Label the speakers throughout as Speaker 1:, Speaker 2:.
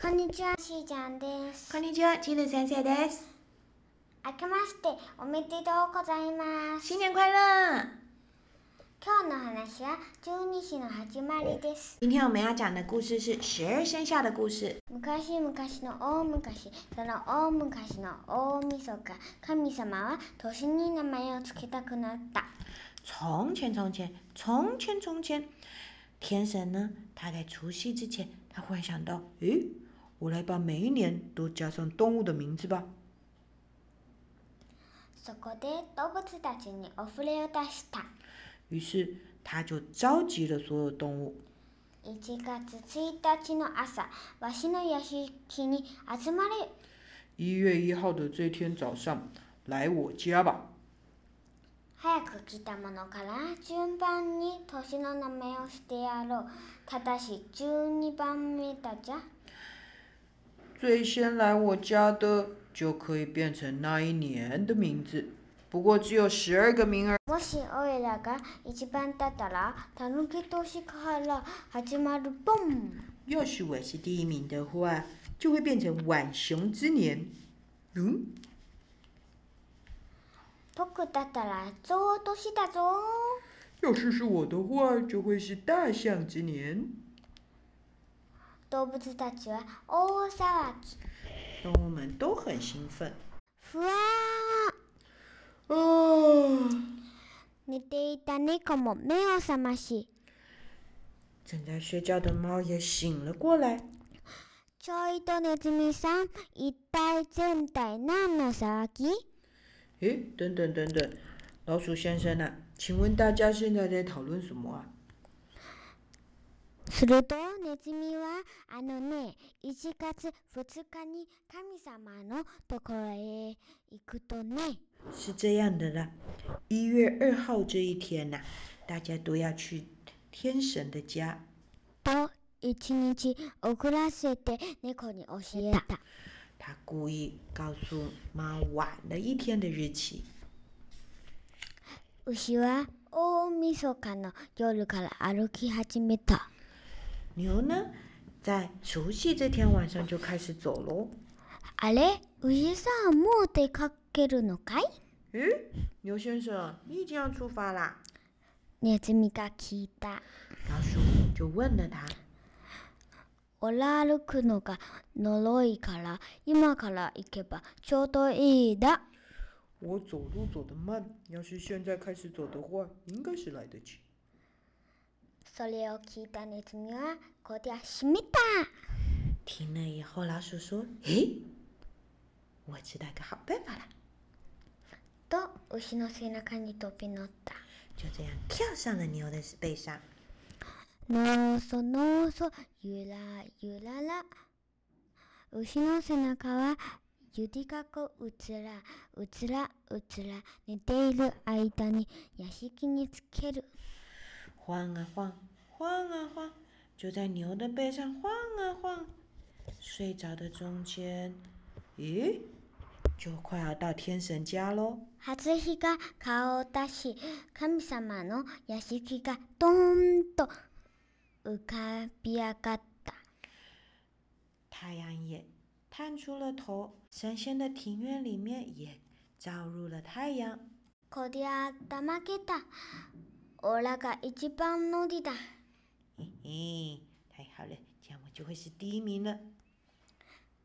Speaker 1: こんにちは、しーちゃんです。
Speaker 2: こんにちは、ちぬ先生です。
Speaker 1: 明けましておめでとうございます。
Speaker 2: 新年快乐！
Speaker 1: 今日の話は十二支の始まりです。
Speaker 2: 今天我们要讲的故事是十二生肖的故事。
Speaker 1: 昔々の大昔、その大昔の大晦日、神様は年に名前をつけたくなった。
Speaker 2: 从前，从前，从前，从前，天神呢？他在除夕之前，他忽然想到，诶，我来把每一年都加上动物的名字吧。
Speaker 1: そこで動物たちにお触れを出した。
Speaker 2: 于是他就召集了所有动物。
Speaker 1: 1月1日の朝、わしの屋敷に集まれ。
Speaker 2: 一月一号的这天早上，来我家吧。
Speaker 1: 早く来たものから順番に年の名前をしてやろう。ただし12番目だじゃ。
Speaker 3: 最先来我家的就可以变成那一年的名字，不过只有十二个名额。
Speaker 1: もしおいらが一番だったら、たぬき年から始まるボン。
Speaker 2: 要是我是第一名的话，就会变成浣熊之年。嗯，
Speaker 1: 僕だったら象年だぞ。
Speaker 3: 要是是我的话，就会是大象之年。
Speaker 1: 動物たちは大騒ぎ。
Speaker 2: 动物们都很兴奋。
Speaker 1: ふわ
Speaker 3: 啊！
Speaker 1: ー。寝ていた猫も目を覚まし、
Speaker 2: 正在睡觉的猫也醒了过来。
Speaker 1: ちょいとネズミさん、一体全体何の騒ぎ
Speaker 3: 诶，等等等等，老鼠先生啊，请问大家现在在讨论什么啊？
Speaker 1: するとネズミはあのね1月2日に神様のところへ行くとね
Speaker 2: 是这样的啦，一月二号这一天呐、大家都要去天神的家。
Speaker 1: と1日遅らせて猫に教えた
Speaker 2: 他故意告诉猫晚了一天的日期。
Speaker 1: 牛は大晦日の夜から歩き始めた
Speaker 2: 牛呢，在除夕这天晚上就开始走喽。
Speaker 1: あれ牛さんもう出かけるのかい
Speaker 3: 诶，
Speaker 2: 牛先生，你已经要出发啦？
Speaker 1: ネズミが聞いた
Speaker 2: 老鼠就问了他。
Speaker 1: 俺歩くのが呪いから今から行けばちょうどいいだ
Speaker 3: 我走路走得慢，要是现在开始走的话，应该是来得及。
Speaker 1: それを聞いたネズミはこりゃしめた
Speaker 2: 听了以后，老鼠说：“诶，我知道一个好办法啦！”
Speaker 1: と牛の背中に飛び乗った
Speaker 2: 就这样跳上了牛的背上。
Speaker 1: のーそのーそゆらゆらら牛の背中はゆりかこうつらうつらうつら寝ている間に屋敷につける
Speaker 2: 晃啊晃，晃啊晃，就在牛的背上晃啊晃。睡着的中间，咦，就快要到天神家喽。
Speaker 1: 初日が顔を出し神様の屋敷がドーンと浮かび上がった
Speaker 2: 太阳也探出了头，神仙的庭院里面也照入了太阳。
Speaker 1: こりゃだまけた。オラが一番乗りだ。
Speaker 2: 嘿嘿，太好了，这样我就会是第一名了。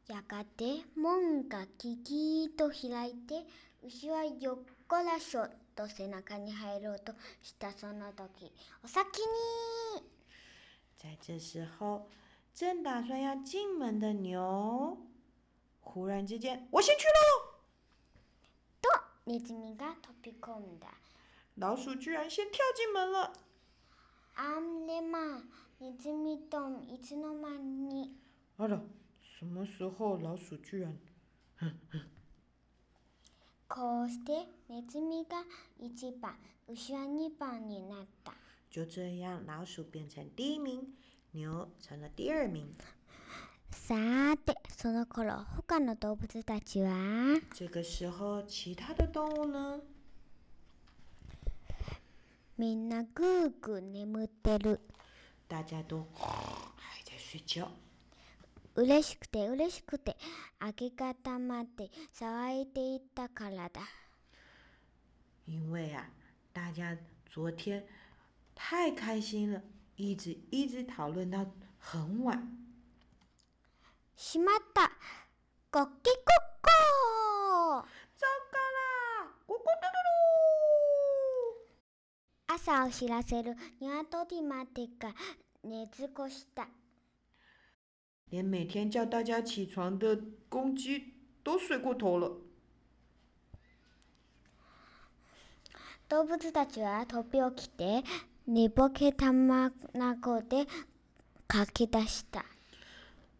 Speaker 1: やがて門がキキーと開いて、牛は横らしょっと背中に入ろうとしたその時、お先に
Speaker 2: 在这时候，正打算要进门的牛，忽然之间，我先去喽！
Speaker 1: とネズミが飛び込んだ。
Speaker 2: 老鼠居然先跳进门了。
Speaker 1: あんれま、ネズミといつの間に。
Speaker 3: 啊了，什么时候老鼠居然
Speaker 1: こうしてネズミが1番、牛は2番になった。
Speaker 2: 就这样，老鼠变成第一名，牛成了第二名。
Speaker 1: さーてその頃他の動物たちは
Speaker 2: 这个时候，其他的动物呢，
Speaker 1: みんなぐーぐー眠ってる
Speaker 2: 大家都还在睡觉。
Speaker 1: 嬉しくて嬉しくて明け方まで騒いでいたからだ。
Speaker 2: 因为啊，大家昨天太开心了，一直一直讨论到很晚。
Speaker 1: しまったごきごっこ
Speaker 2: 糟糕啦！咕咕嘟嘟
Speaker 1: 朝を知らせる鶏までが寝尽くした。
Speaker 2: 噜，连每天叫大家起床的公鸡都睡过头了。
Speaker 1: 動物たちは飛び起きて寝ぼけ卵で駆け出した。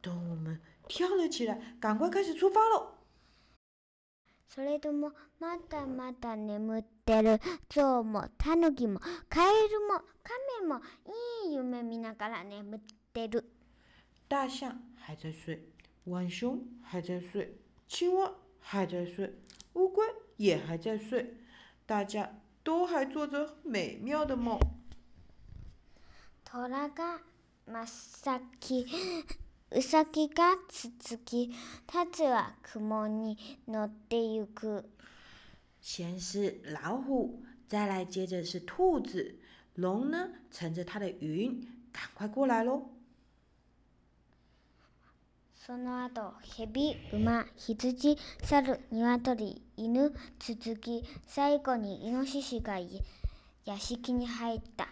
Speaker 2: 等我们跳了起来，赶快开始出发喽！
Speaker 1: それでもまだまだ眠ってるゾウもタヌキもカエルもカメもいい夢見ながら眠ってる
Speaker 2: 大象还在睡，浣熊还在睡，青蛙还在睡，乌龟也还在睡，大家都还做着美妙的梦。
Speaker 1: 虎が真っ先うさぎがつつきタツは雲に乗ってゆく
Speaker 2: 先是老虎，再来接着是兔子，龙呢乘着它的云，赶快过来喽！
Speaker 1: その後蛇馬羊猿鶏犬ツツキ最後にイノシシがい屋敷に入った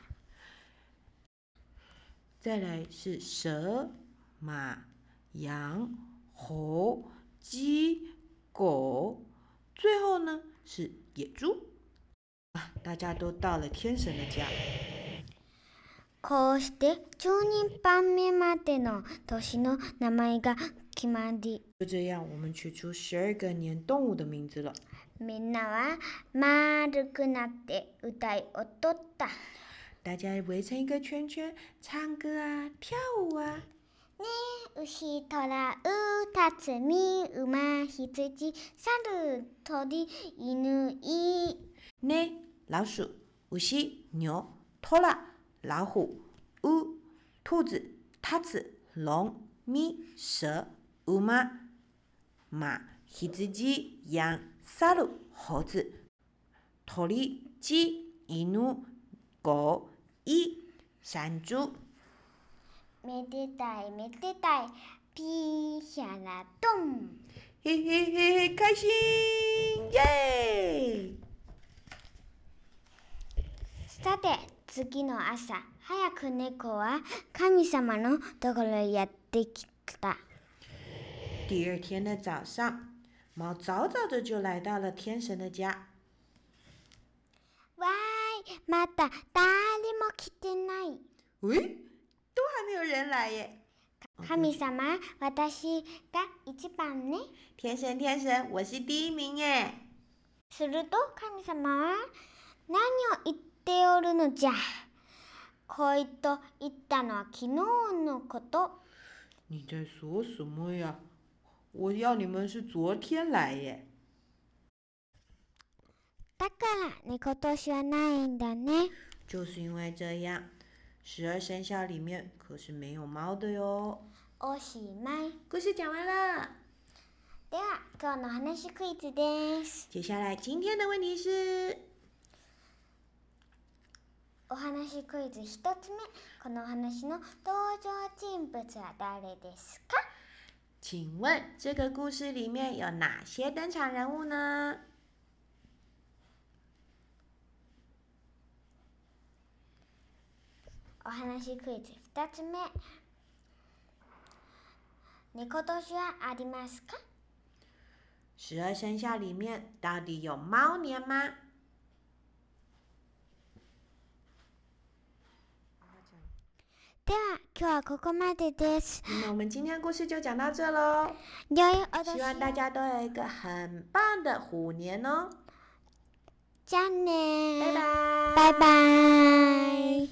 Speaker 2: 再来是蛇、马、羊、猴、鸡、狗，最后呢是野猪。啊，大家都到了天神的家。
Speaker 1: こうして12番目までの年の名前が決まり
Speaker 2: 就这样，我们取出十二个年动物的名字了。
Speaker 1: みんなは丸くなって歌い踊った。ね
Speaker 2: 大家围成一个圈圈，唱歌啊，跳舞啊。
Speaker 1: え牛トラウタツミ馬羊猿鳥犬い
Speaker 2: 呢，老鼠、乌西、牛、拖拉、老虎、乌、兔子、塔子、龙、咪、蛇、乌妈、马、黑子鸡、羊、沙鲁、猴子、狐狸、鸡、犬、狗、一、山猪。
Speaker 1: めでたいめでたいピーヒャラドン
Speaker 2: 嘿嘿嘿嘿，开心耶！
Speaker 1: さて次の朝早く猫は神様のところへやってきた。
Speaker 2: 第二天的早上，猫早早的就来到了天神的家。
Speaker 1: わーい、また誰も来てない。
Speaker 2: 喂，都还没有人来耶！
Speaker 1: 神様、私が一番ね。
Speaker 2: 天神，天神，我是第一名耶！
Speaker 1: すると神様は何を言っておるのじゃ。こいと言ったのは昨日のこと。
Speaker 3: 你在说什么呀？我要你们是昨天来耶。
Speaker 1: だから猫年はないんだね。
Speaker 2: 就是因为这样，十二生肖里面可是没有猫的哟。
Speaker 1: おしまい。
Speaker 2: 故事讲完了，
Speaker 1: では今日の話クイズです。
Speaker 2: 接下来今天的问题是：
Speaker 1: お話クイズ一つ目。このお話の登場人物は誰ですか
Speaker 2: 请问这个故事里面有哪些登场人物呢？
Speaker 1: お話クイズ2つ目猫年はありますか
Speaker 2: 十二生肖里面到底有猫年吗？
Speaker 1: では今日はここまでです
Speaker 2: 那么我们今天故事就讲到这喽，
Speaker 1: 良いお年
Speaker 2: 希望大家都有一个很棒的虎年哦，
Speaker 1: じゃあね
Speaker 2: 拜嗯拜。
Speaker 1: バイバイ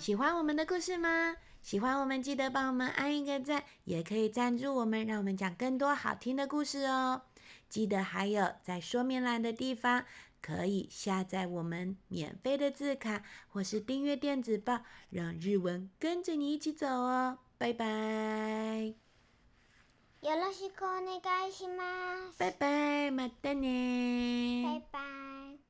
Speaker 2: 喜欢我们的故事吗？喜欢我们记得帮我们按一个赞，也可以赞助我们，让我们讲更多好听的故事哦。记得还有在说明栏的地方可以下载我们免费的字卡，或是订阅电子报，让日文跟着你一起走哦。拜拜，
Speaker 1: よろしくお願いします。
Speaker 2: 拜拜，马丹呢？
Speaker 1: 拜拜。